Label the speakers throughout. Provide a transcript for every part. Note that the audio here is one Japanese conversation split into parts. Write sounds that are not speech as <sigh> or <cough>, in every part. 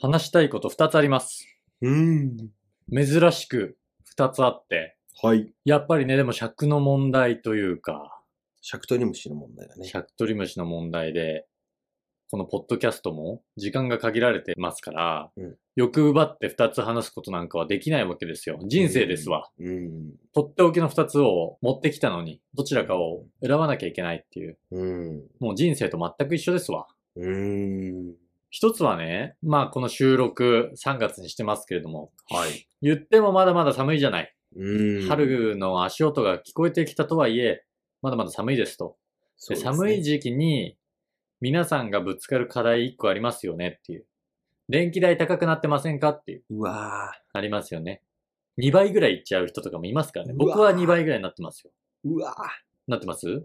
Speaker 1: 話したいこと2つあります。
Speaker 2: うん。
Speaker 1: 珍しく2つあって。
Speaker 2: はい。
Speaker 1: やっぱりね、でも尺の問題というか、
Speaker 2: 尺取り虫の問題だね。
Speaker 1: 尺取り虫の問題で、このポッドキャストも時間が限られてますから、
Speaker 2: うん
Speaker 1: 欲張って2つ話すことなんかはできないわけですよ。人生ですわ。
Speaker 2: うん。
Speaker 1: とっておきの2つを持ってきたのに、どちらかを選ばなきゃいけないっていう、
Speaker 2: うん。
Speaker 1: もう人生と全く一緒ですわ。
Speaker 2: うん。
Speaker 1: 一つはね、まあこの収録3月にしてますけれども、
Speaker 2: はい。
Speaker 1: 言ってもまだまだ寒いじゃない。
Speaker 2: う
Speaker 1: <laughs>
Speaker 2: ん。。
Speaker 1: 春の足音が聞こえてきたとはいえ、まだまだ寒いですと。で寒い
Speaker 2: 時
Speaker 1: 時期に、皆さんがぶつかる課題一個ありますよねっていう。電気代高くなってませんかっていう。
Speaker 2: うわ
Speaker 1: ありますよね。2倍ぐらいいっちゃう人とかもいますからね。
Speaker 2: うわ
Speaker 1: 僕は2倍ぐらいになってますよ。
Speaker 2: ーうわ
Speaker 1: なってます
Speaker 2: ー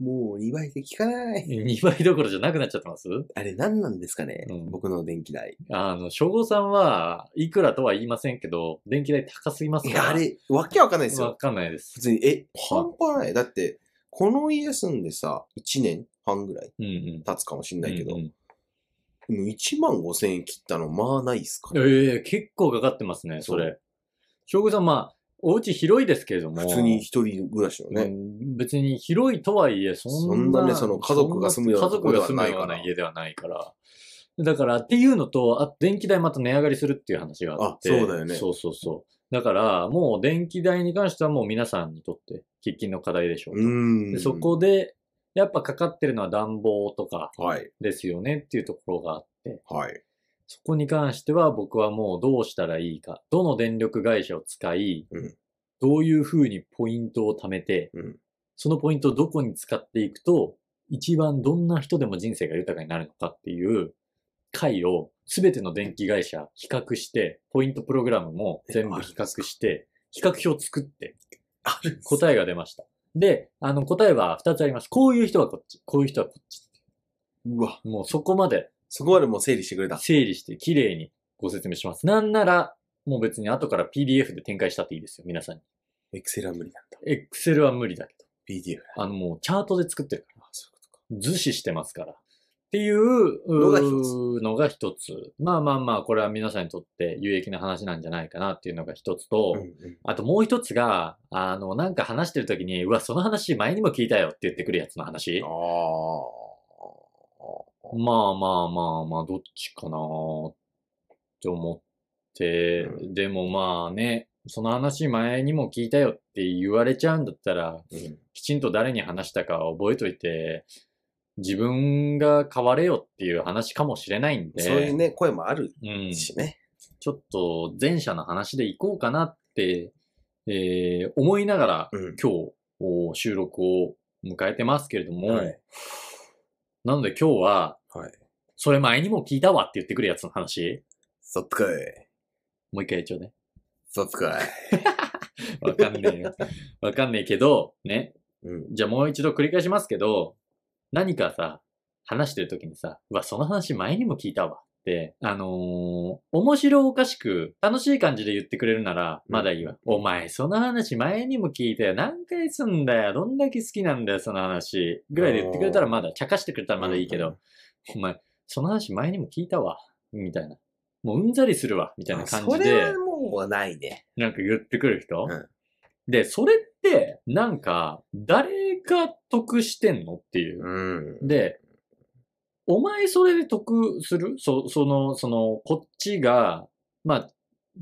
Speaker 2: もう2倍で効かない。
Speaker 1: ?2 倍どころじゃなくなっちゃってます
Speaker 2: あれ何なんですかね、
Speaker 1: うん
Speaker 2: 僕の電気代。
Speaker 1: あの、省吾さんはいくらとは言いませんけど、電気代高すぎます
Speaker 2: い
Speaker 1: から。
Speaker 2: や、あれ、わけわかんないです
Speaker 1: わ
Speaker 2: よ。
Speaker 1: かんないで
Speaker 2: 普
Speaker 1: す。
Speaker 2: 通に、え、半端ない。だって、この家住んでさ、1年半ぐらい
Speaker 1: うんうん。
Speaker 2: 経つかもしんないけど、
Speaker 1: うんうん
Speaker 2: でも1万5千円切ったの、まあないっすか、ね、
Speaker 1: ええ結構かかってますね、それ。将軍さん、まあ、お家広いですけれども。
Speaker 2: 普通に、一人暮らしのね。
Speaker 1: うん別に広いとはいえ、そんな。
Speaker 2: そんなねその家族が住むような
Speaker 1: そん家族が住むよう
Speaker 2: ところではない
Speaker 1: な
Speaker 2: から
Speaker 1: 家ではないから。だから、っていうのと、あ、電気代また値上がりするっていう話があって。
Speaker 2: あそうだよね
Speaker 1: そうそうそう。だから、もう電気代に関してはもう皆さんにとって、喫緊の課題でしょうと。
Speaker 2: う
Speaker 1: で
Speaker 2: ん。
Speaker 1: そこで、やっぱかかってるのは暖房とか
Speaker 2: はい。
Speaker 1: ですよねっていうところがあって。
Speaker 2: はい。
Speaker 1: そこに関しては僕はもうどうしたらいいか、どの電力会社を使い、
Speaker 2: うん
Speaker 1: どういうふうにポイントを貯めて、
Speaker 2: うん
Speaker 1: そのポイントをどこに使っていくと、一番どんな人でも人生が豊かになるのかっていう回を全ての電気会社比較して、ポイントプログラムも全部比較して、比較表を作って
Speaker 2: ある
Speaker 1: 答えが出ました。で、あの答えは2つあります。こういう人はこっち、こういう人はこっち。
Speaker 2: うわ。
Speaker 1: もうそこまで
Speaker 2: そこまでもう整理してくれた。
Speaker 1: 整理して綺麗にご説明します。なんなら、もう別に後から PDF で展開したっていいですよ、皆さんに。
Speaker 2: エクセルは無理なんだ。
Speaker 1: Excel は無理だけ
Speaker 2: PDF。
Speaker 1: ど。あのもうチャートで作ってるか
Speaker 2: あ、そういうことか。
Speaker 1: ら。図示してますから。っていううー
Speaker 2: のが一
Speaker 1: のが一つ。まあまあまあ、これは皆さんにとって有益な話なんじゃないかなっていうのが一つと、
Speaker 2: うん
Speaker 1: あともう一つが、あの、なんか話してる時に、うわ、その話前にも聞いたよって言ってくるやつの話。
Speaker 2: あ
Speaker 1: まあまあまあまあ、どっちかなーって思って、
Speaker 2: う
Speaker 1: でもまあね、その話前にも聞いたよって言われちゃうんだったら、
Speaker 2: ーうん
Speaker 1: きちんと誰に話したか覚えといて、自分が変われよっていう話かもしれないんで、
Speaker 2: そういうね、声もある
Speaker 1: うん、
Speaker 2: しね。
Speaker 1: ちょっと前者の話でいこうかなって、えー思いながら
Speaker 2: うん
Speaker 1: 今日お収録を迎えてますけれども、
Speaker 2: はい
Speaker 1: なので今日は、
Speaker 2: はい
Speaker 1: それ前にも聞いたわって言ってくるやつの話、
Speaker 2: そっかい。
Speaker 1: もう一回一応ね。
Speaker 2: そっかい。
Speaker 1: わかんね
Speaker 2: <laughs>
Speaker 1: えよ。わかんねえけど、ね。
Speaker 2: うん。
Speaker 1: じゃあもう一度繰り返しますけど、何かさ、話してる時にさ、うわ、その話前にも聞いたわって、あのー面白おかしく、楽しい感じで言ってくれるなら、まだいいわ。お前、その話前にも聞いたよ。何回すんだよ。どんだけ好きなんだよ、その話。ぐらいで言ってくれたらまだ、茶化してくれたらまだいいけど、 <laughs> お前、その話前にも聞いたわ。みたいな。もううんざりするわ。みたいな感じで。
Speaker 2: それはもうないね。
Speaker 1: なんか言ってくる人、
Speaker 2: うん
Speaker 1: で、それって、なんか、誰が得してんのっていう。
Speaker 2: ん。
Speaker 1: で、お前それで得するそ、その、その、こっちが、まあ、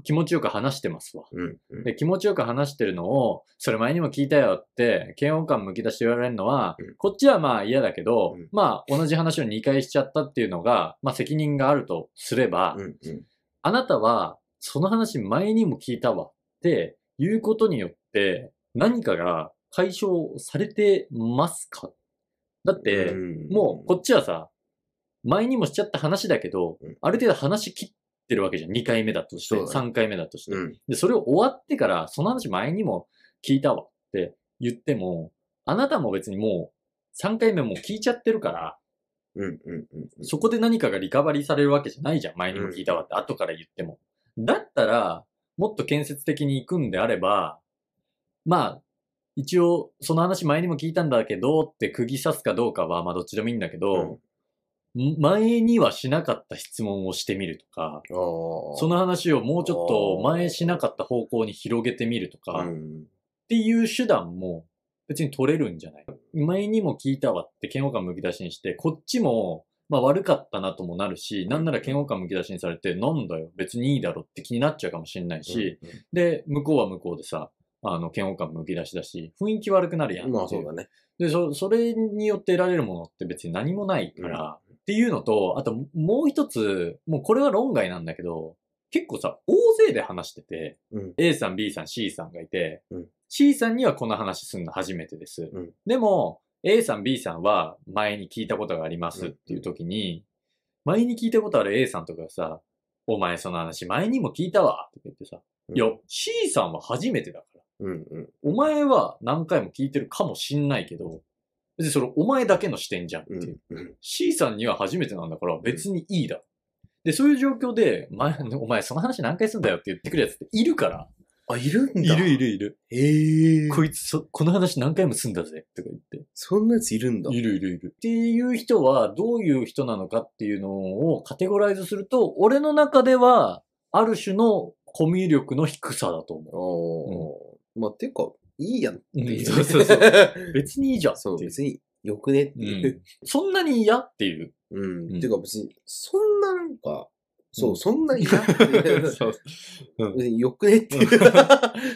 Speaker 1: 気持ちよく話してますわ。
Speaker 2: うん。
Speaker 1: で、気持ちよく話してるのを、それ前にも聞いたよって、嫌悪感むき出して言われるのは、
Speaker 2: うん
Speaker 1: こっちはまあ嫌だけど、
Speaker 2: うん
Speaker 1: まあ同じ話を2回しちゃったっていうのが、まあ責任があるとすれば、
Speaker 2: うん。うん。
Speaker 1: あなたは、その話前にも聞いたわっていうことによって、何かが解消されてますかだって、
Speaker 2: ん
Speaker 1: もうこっちはさ、前にもしちゃった話だけど
Speaker 2: うん、
Speaker 1: ある程度話し切ってるわけじゃん。2回目だとして、
Speaker 2: そうだね
Speaker 1: 3回目だとして。
Speaker 2: うん。
Speaker 1: で、それを終わってから、その話前にも聞いたわって言っても、あなたも別にもう3回目もう聞いちゃってるから、
Speaker 2: うん。うん。うん。
Speaker 1: そこで何かがリカバリーされるわけじゃないじゃん。前にも聞いたわって、後から言っても。だったら、もっと建設的に行くんであれば、まあ、一応、その話前にも聞いたんだけどって釘刺すかどうかは、まあどっちでもいいんだけど、前にはしなかった質問をしてみるとか、
Speaker 2: あー
Speaker 1: その話をもうちょっと前しなかった方向に広げてみるとか、
Speaker 2: う
Speaker 1: っ
Speaker 2: ん。
Speaker 1: ていう手段も別に取れるんじゃない前にも聞いたわって嫌悪感むき出しにして、こっちも、まあ悪かったなともなるし、なんなら嫌悪感むき出しにされて、なんだよ、別にいいだろって気になっちゃうかもしれないし、
Speaker 2: うん
Speaker 1: で、向こうは向こうでさ、あの、嫌悪感むき出しだし、雰囲気悪くなるやんってい。
Speaker 2: まあそうだね。
Speaker 1: で、そ、それによって得られるものって別に何もないから、っていうのと、あともう一つ、もうこれは論外なんだけど、結構さ、大勢で話してて、
Speaker 2: うん。
Speaker 1: A さん、B さん、C さんがいて、
Speaker 2: うん
Speaker 1: C さんにはこの話すんの初めてです。
Speaker 2: うん
Speaker 1: でも、A さん、B さんは前に聞いたことがありますっていう時に、前に聞いたことある A さんとかがさ、お前その話前にも聞いたわとか言ってさ、いや、C さんは初めてだから。
Speaker 2: うんうん。
Speaker 1: お前は何回も聞いてるかもしんないけど、別にそれお前だけの視点じゃんっていうう。
Speaker 2: んうん。
Speaker 1: C さんには初めてなんだから別にいいだろ。で、そういう状況で、前お前その話何回すんだよって言ってくるやつっているから。
Speaker 2: あ、いるんだ。
Speaker 1: いるい。るいる。
Speaker 2: へえ。
Speaker 1: こいつそ、この話何回もすんだぜとか言って。
Speaker 2: そんなやついるんだ。
Speaker 1: いるいるいる。っていう人はどういう人なのかっていうのをカテゴライズすると、俺の中ではある種のコミュ力の低さだと思
Speaker 2: おーまあ、てか、いいやんっていうう。。
Speaker 1: んそうそうそうう。別にいいじゃんって
Speaker 2: <laughs> そう、
Speaker 1: いう。。、
Speaker 2: 別によくねっていううん
Speaker 1: そんなに嫌っていう。
Speaker 2: うん。
Speaker 1: うん
Speaker 2: てか別に、そんななんか、そうう、
Speaker 1: ん
Speaker 2: そんなに嫌って
Speaker 1: <laughs>
Speaker 2: いう。
Speaker 1: そううん <laughs>
Speaker 2: 別によくねっていう。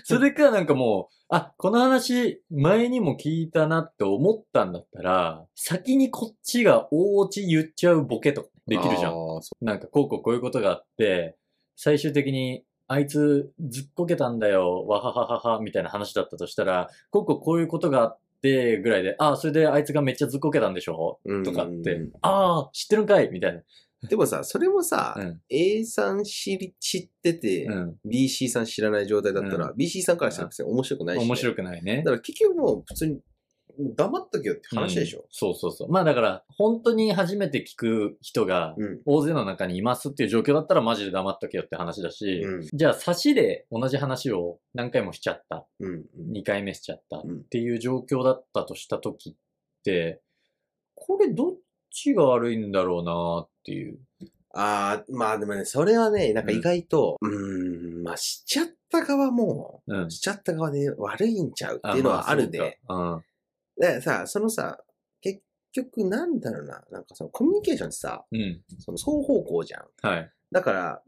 Speaker 1: それかなんかもう、あ、この話前にも聞いたなって思ったんだったら、先にこっちが大オチ言っちゃうボケとかできるじゃ
Speaker 2: あ
Speaker 1: ん。
Speaker 2: ーそ
Speaker 1: なんかこうこうこういうことがあって、最終的にあいつずっこけたんだよ、わはははは、みたいな話だったとしたら、こうこうこういうことがあってぐらいで、あ、それであいつがめっちゃずっこけたんでしょ
Speaker 2: う
Speaker 1: とかっ
Speaker 2: う
Speaker 1: て
Speaker 2: ん、
Speaker 1: ああ、知ってるんかいみたいな。
Speaker 2: でもさ、それもさ、
Speaker 1: うん
Speaker 2: A さん知り知ってて、
Speaker 1: うん。
Speaker 2: BC さん知らない状態だったら、BC さんからしたら別に面白くないしね、
Speaker 1: 面白くないね
Speaker 2: だ。から結局もう普通に、黙っとけよって話でし
Speaker 1: うん
Speaker 2: ょ。
Speaker 1: そうそうそう。まあだから、本当に初めて聞く人が、
Speaker 2: うん。
Speaker 1: 大勢の中にいますっていう状況だったらマジで黙っとけよって話だし、
Speaker 2: うん
Speaker 1: じゃあ差しで同じ話を何回もしちゃった、
Speaker 2: うん。うん
Speaker 1: 2回目しちゃったっ
Speaker 2: うん
Speaker 1: ていう状況だったとした時って、これどっちが悪いんだろうなっていう。
Speaker 2: ああ、まあでもね、それはね、なんか意外と、うーん、まあしちゃった側も、
Speaker 1: うん。
Speaker 2: しちゃった側で悪いんちゃうっていうのはあるね。
Speaker 1: まあ
Speaker 2: だからさ、そのさ、結局なんだろうな、なんかそのコミュニケーションってさ、
Speaker 1: そうかうん。うん。
Speaker 2: その双方向じゃん。
Speaker 1: はい。
Speaker 2: だから、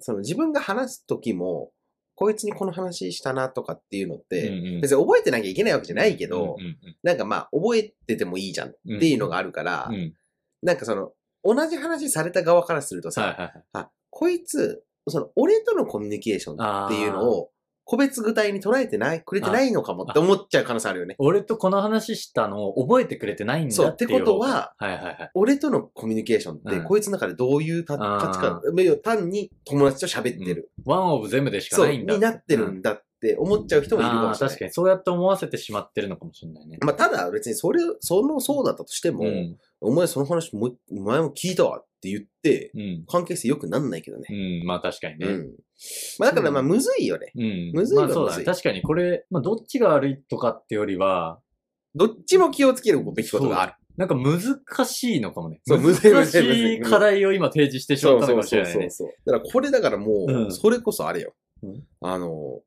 Speaker 2: その自分が話す時も、こいつにこの話したなとかっていうのって、
Speaker 1: うんうん
Speaker 2: 別に覚えてなきゃいけないわけじゃないけど、
Speaker 1: うんうん
Speaker 2: なんかまあ覚えててもいいじゃんっていうのがあるから、
Speaker 1: うんうん。
Speaker 2: なんかその、同じ話された側からするとさ、
Speaker 1: はいはいはい。
Speaker 2: あ、こいつ、その、俺とのコミュニケーションっていうのを、個別具体に捉えてない、くれてないのかもって思っちゃう可能性あるよね。
Speaker 1: 俺とこの話したのを覚えてくれてないんだってい
Speaker 2: そうってことは、
Speaker 1: はいはいはい。
Speaker 2: 俺とのコミュニケーションって、
Speaker 1: うん
Speaker 2: こいつの中でどういうた
Speaker 1: あー
Speaker 2: 価値観、要は単に友達と喋ってる、
Speaker 1: ワンオブゼムでしか
Speaker 2: そ
Speaker 1: な
Speaker 2: う、
Speaker 1: いんだ。
Speaker 2: になってる
Speaker 1: うん
Speaker 2: んだって思っちゃう人もいるか
Speaker 1: あ
Speaker 2: も
Speaker 1: あ、
Speaker 2: しれない。
Speaker 1: 確かに。そうやって思わせてしまってるのかもしれないね。
Speaker 2: まあ、ただ別にそれ、その、そうだったとしても、
Speaker 1: うん。
Speaker 2: お前その話もう、お前も聞いたわって言って、
Speaker 1: うん。
Speaker 2: 関係性良くなんないけどね。
Speaker 1: うん。まあ確かにね。
Speaker 2: う。
Speaker 1: うん
Speaker 2: まあ、だからまあ、むずいよね。
Speaker 1: ん。
Speaker 2: むずいは
Speaker 1: まあそうだ
Speaker 2: む
Speaker 1: ね。
Speaker 2: ずい
Speaker 1: 確かにこれ、まあどっちが悪いとかってよりは、
Speaker 2: どっちも気をつけるべきことがある。
Speaker 1: なんか難しいのかもね。
Speaker 2: そうむずいむ
Speaker 1: 難し
Speaker 2: ずいむずい
Speaker 1: い課題を今提示してしまったのかもしれないね。
Speaker 2: そう。だからこれだからもう、
Speaker 1: うん
Speaker 2: それこそあれよ。
Speaker 1: うん
Speaker 2: あの、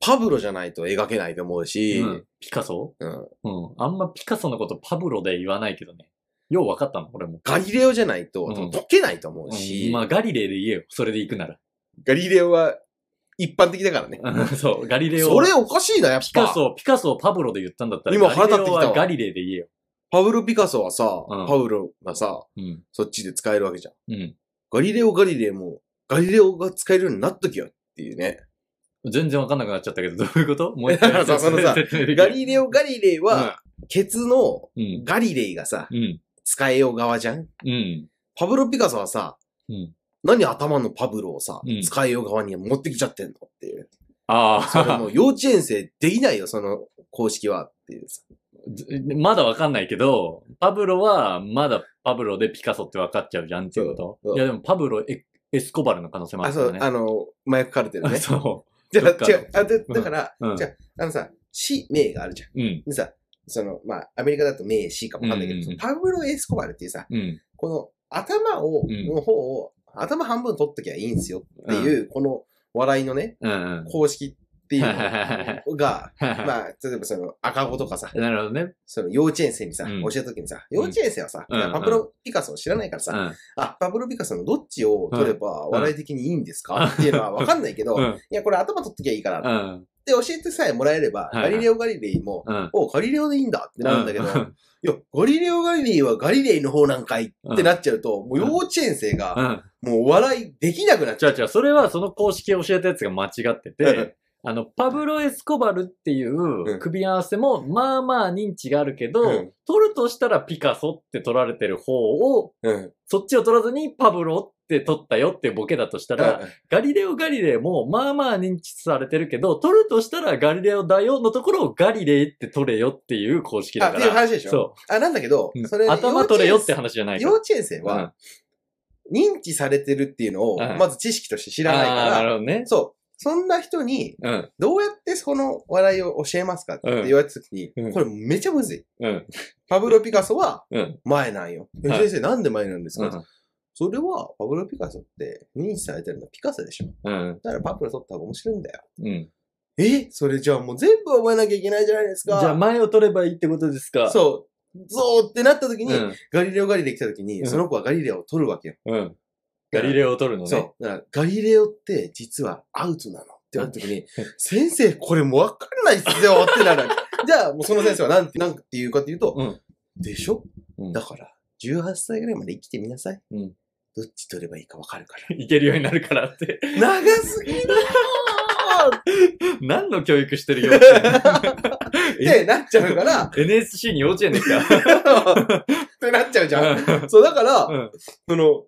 Speaker 2: パブロじゃないと描けないと思うし、
Speaker 1: うんピカソ
Speaker 2: うん
Speaker 1: うん。あんまピカソのことパブロで言わないけどね。よう分かったの、俺も。
Speaker 2: ガリレオじゃないと、
Speaker 1: うん
Speaker 2: 解けないと思うし、
Speaker 1: うんまあガリレイで言えよ。それで行くなら。 <laughs>
Speaker 2: ガリレオは一般的だからね。
Speaker 1: うんそう、ガリレオ。
Speaker 2: それおかしいな、やっ
Speaker 1: ピカ
Speaker 2: ぱ。
Speaker 1: ソ、ピカソをパブロで言ったんだったら、
Speaker 2: 今腹立ってきた
Speaker 1: ガリレオは
Speaker 2: わ
Speaker 1: ガリレイで言えよ。
Speaker 2: パブロ・ピカソはさ、
Speaker 1: うん
Speaker 2: パブロがさ、
Speaker 1: うん。
Speaker 2: そっちで使えるわけじゃん。
Speaker 1: うん。
Speaker 2: ガリレオ・ガリレイも、ガリレオが使えるようになっときよっていうね。
Speaker 1: 全然わかんなくなっちゃったけど、どういうこともう一回
Speaker 2: <laughs> そうそのさ
Speaker 1: 説明できる
Speaker 2: ガリレオ・ガリレイは、ケツの
Speaker 1: うん。
Speaker 2: ガリレイがさ、
Speaker 1: うん。
Speaker 2: 使えよう側じゃん
Speaker 1: うん。
Speaker 2: パブロ・ピカソはさ、
Speaker 1: うん
Speaker 2: 何頭のパブロをさ、
Speaker 1: うん
Speaker 2: 使えよう側に持ってきちゃってんのっ
Speaker 1: <laughs>
Speaker 2: ていう。
Speaker 1: あ
Speaker 2: それ
Speaker 1: あ
Speaker 2: も、う幼稚園生できないよ、その公式はっていうさ。
Speaker 1: まだわかんないけど、パブロはまだパブロでピカソってわかっちゃうじゃんっていうこ
Speaker 2: そ
Speaker 1: と
Speaker 2: うそう
Speaker 1: いやでもパブロエエスコバルの可能性もあ
Speaker 2: あ、
Speaker 1: る
Speaker 2: そ
Speaker 1: から
Speaker 2: う
Speaker 1: ね、。
Speaker 2: あの、麻薬カルテ
Speaker 1: <laughs>
Speaker 2: ルね。
Speaker 1: そ
Speaker 2: だから
Speaker 1: どっかの
Speaker 2: 違うあでだから、
Speaker 1: う。うん。
Speaker 2: じゃあのさ、死、名があるじゃん。
Speaker 1: うん。
Speaker 2: でさ、その、まあ、アメリカだと名、死かもわかんないけど、
Speaker 1: うんうんうん
Speaker 2: そのパブロ・エスコバルっていうさ、
Speaker 1: うん。
Speaker 2: この頭を、
Speaker 1: うん
Speaker 2: の方を、頭半分取っときゃいいんすよっていう、この笑いのね、
Speaker 1: うんうん。 <laughs>
Speaker 2: 公式っていう
Speaker 1: はいはいはいはい
Speaker 2: のが、
Speaker 1: な
Speaker 2: まあ、例えばその赤子とかさ、
Speaker 1: るほどね。
Speaker 2: その幼稚園生にさ、
Speaker 1: うん
Speaker 2: 教えた時にさ、幼稚園生はさ、
Speaker 1: うん
Speaker 2: いやパブロ・ピカソを知らないからさ、
Speaker 1: うん。
Speaker 2: あ、パブロ・ピカソのどっちを取れば笑い的にいいんですか、っていうのはわかんないけど、
Speaker 1: う
Speaker 2: い
Speaker 1: ん。
Speaker 2: や、これ頭取っときゃいいから
Speaker 1: う
Speaker 2: って
Speaker 1: ん。
Speaker 2: 教えてさえもらえれば、
Speaker 1: はい
Speaker 2: ガリレオ・ガリレイも、
Speaker 1: うん。
Speaker 2: おガリレオでいいんだってなるんだけど、
Speaker 1: うん
Speaker 2: いや、ガリレオ・ガリレイはガリレイの方なんかいってなっちゃうと、もう幼稚園生
Speaker 1: う
Speaker 2: が、
Speaker 1: ん。
Speaker 2: もう笑いできなくなっち
Speaker 1: 違
Speaker 2: ゃ
Speaker 1: う違う、それはその公式を教えたやつが間違って
Speaker 2: うん
Speaker 1: て、あの、パブロ・エスコバルってい
Speaker 2: うん
Speaker 1: う組み合わせも、まあまあ認知があるけど、
Speaker 2: うん
Speaker 1: 取るとしたらピカソって取られてる方を、
Speaker 2: う。うん。
Speaker 1: そっちを取らずにパブロって取ったよっていうボケだとしたら、ガリレオ・ガリレイもまあまあ認知されてるけど、取るとしたらガリレオだよのところをガリレイって取れよっていう公式
Speaker 2: あ、
Speaker 1: だか
Speaker 2: っていう
Speaker 1: ら。
Speaker 2: 話でしょ
Speaker 1: そ
Speaker 2: あ、なんだけど
Speaker 1: う、うん。
Speaker 2: それ、
Speaker 1: 頭取れよって話じゃない
Speaker 2: 幼
Speaker 1: から。
Speaker 2: 稚園生は、認知されてるっていうのを、
Speaker 1: うん
Speaker 2: まず知識として知らないか
Speaker 1: ああー、なる
Speaker 2: ら、
Speaker 1: ほどね。
Speaker 2: そう。そんな人に、
Speaker 1: うん。
Speaker 2: どうやってその笑いを教えますかって言われた時に、
Speaker 1: うん
Speaker 2: これめちゃむずい。
Speaker 1: うん。
Speaker 2: パブロ・ピカソは
Speaker 1: うん。
Speaker 2: 前なんよ。
Speaker 1: ん
Speaker 2: 先生、なんで前なんです
Speaker 1: う
Speaker 2: か、
Speaker 1: ん。
Speaker 2: それは、パブロ・ピカソって認知されてるのはピカソでしょ。
Speaker 1: うん。
Speaker 2: だからパブロ取った方が面白いんだよ。
Speaker 1: うん。
Speaker 2: えそれじゃあもう全部覚えなきゃいけないじゃないです
Speaker 1: じ
Speaker 2: か。
Speaker 1: ゃあ前を取ればいいってことですかう。
Speaker 2: そう。ゾーってなった時に、
Speaker 1: うん。
Speaker 2: ガリレオ・ガリレイ来た時に、
Speaker 1: うん
Speaker 2: その子はガリレオを取るわけよ。
Speaker 1: うん。ガリレオを取るのね。
Speaker 2: そう。だからガリレオって実はアウトなのってなった時
Speaker 1: <laughs>
Speaker 2: に、先生、これもうわかんないっすよってなるわけ。 <laughs> じゃあ、もうその先生はなんて、なんて言うかっていうと、
Speaker 1: うん
Speaker 2: でしょ
Speaker 1: うん
Speaker 2: だから、18歳ぐらいまで生きてみなさい。
Speaker 1: うん
Speaker 2: どっち取ればいいかわかるから。
Speaker 1: いけるようになるから
Speaker 2: <laughs>
Speaker 1: って。
Speaker 2: 長すぎるよー
Speaker 1: 何の教育してる幼稚
Speaker 2: ってなっちゃ
Speaker 1: <laughs>
Speaker 2: うから、
Speaker 1: 園 ?NSC に幼稚園ですか
Speaker 2: ってなっちゃうじゃん。そう、だから、
Speaker 1: うん
Speaker 2: その、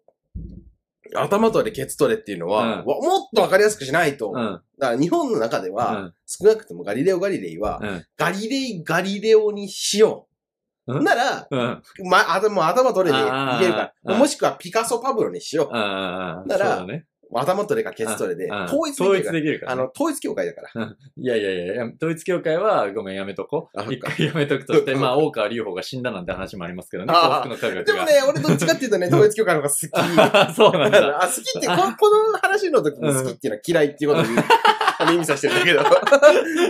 Speaker 2: 頭取れ、ケツ取れっていうのは、
Speaker 1: うん
Speaker 2: わもっとわかりやすくしないと。
Speaker 1: うん。
Speaker 2: だから日本の中で
Speaker 1: う
Speaker 2: は、
Speaker 1: ん。
Speaker 2: 少なくともガリレオ・ガリレイは、
Speaker 1: うん
Speaker 2: ガリレイ・ガリレオにしよう。
Speaker 1: うん
Speaker 2: なら、
Speaker 1: うん。
Speaker 2: ま、頭もう頭取れでい
Speaker 1: あー
Speaker 2: けるか
Speaker 1: う
Speaker 2: ら。
Speaker 1: ん
Speaker 2: もしくはピカソ・パブロにしよ
Speaker 1: ああ。
Speaker 2: だから
Speaker 1: そうね、
Speaker 2: う。頭取れかケツ取れで、
Speaker 1: うん
Speaker 2: 統一
Speaker 1: 統
Speaker 2: で
Speaker 1: 一
Speaker 2: きるか。
Speaker 1: できるからら
Speaker 2: あ
Speaker 1: ね。
Speaker 2: の、統一教会だから。
Speaker 1: いやいやいやいや、統一教会はごめんやめとこ
Speaker 2: あそ。っ
Speaker 1: 一
Speaker 2: か
Speaker 1: 回やめとくとして、
Speaker 2: うん
Speaker 1: まあ、大川隆法が死んだなんて話もありますけどね、
Speaker 2: あ
Speaker 1: 幸
Speaker 2: ー
Speaker 1: 福の科学が。
Speaker 2: でもね、俺どっちかっ
Speaker 1: <laughs>
Speaker 2: ていうとね、統一教会の方が好き。
Speaker 1: あ、そうなん
Speaker 2: <laughs>
Speaker 1: だ。
Speaker 2: あ、好きってこ、この話の時に好きっていうのは嫌いっていうことに、あ <laughs> の意味させてるんだけど。
Speaker 1: <laughs>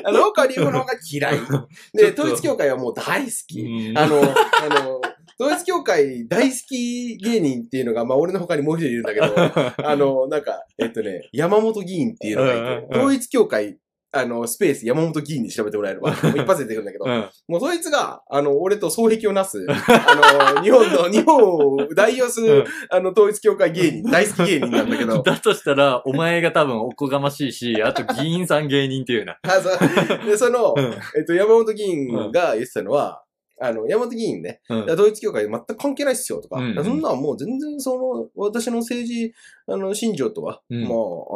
Speaker 2: あの、岡隆夫の方が嫌い。で、
Speaker 1: ちょっと
Speaker 2: 統一教会はもう大好き。
Speaker 1: うん
Speaker 2: あの、 <laughs> あの、統一教会大好き芸人っていうのが、まあ俺の他にもう一人いるんだけど、あの、なんか、えっとね、山本議員っていうのがい
Speaker 1: うんうん
Speaker 2: て、
Speaker 1: うん
Speaker 2: 統一教会、あの、スペース山本議員に調べてもらえ
Speaker 1: <laughs>
Speaker 2: れば、もう一発で出てくるんだけど
Speaker 1: う、ん。
Speaker 2: もうそいつが、あの、俺と双璧をなす、あの、日
Speaker 1: <laughs>
Speaker 2: 本の、日本を代表する、あの、統一教会芸人、大好き芸人なんだけど、
Speaker 1: <laughs> だとしたら、お前が多分おこがましいし、あと議員さん芸人っていうな。
Speaker 2: あ <laughs> そうで、その、
Speaker 1: うん
Speaker 2: えっと、山本議員が言ってたのは、あの、山本議員ね、
Speaker 1: うん
Speaker 2: いや統一教会全く関係ないっすよとか、
Speaker 1: うんうん
Speaker 2: いやそんなんもう全然その、私の政治、あの、信条とは、
Speaker 1: うん
Speaker 2: まあ、あ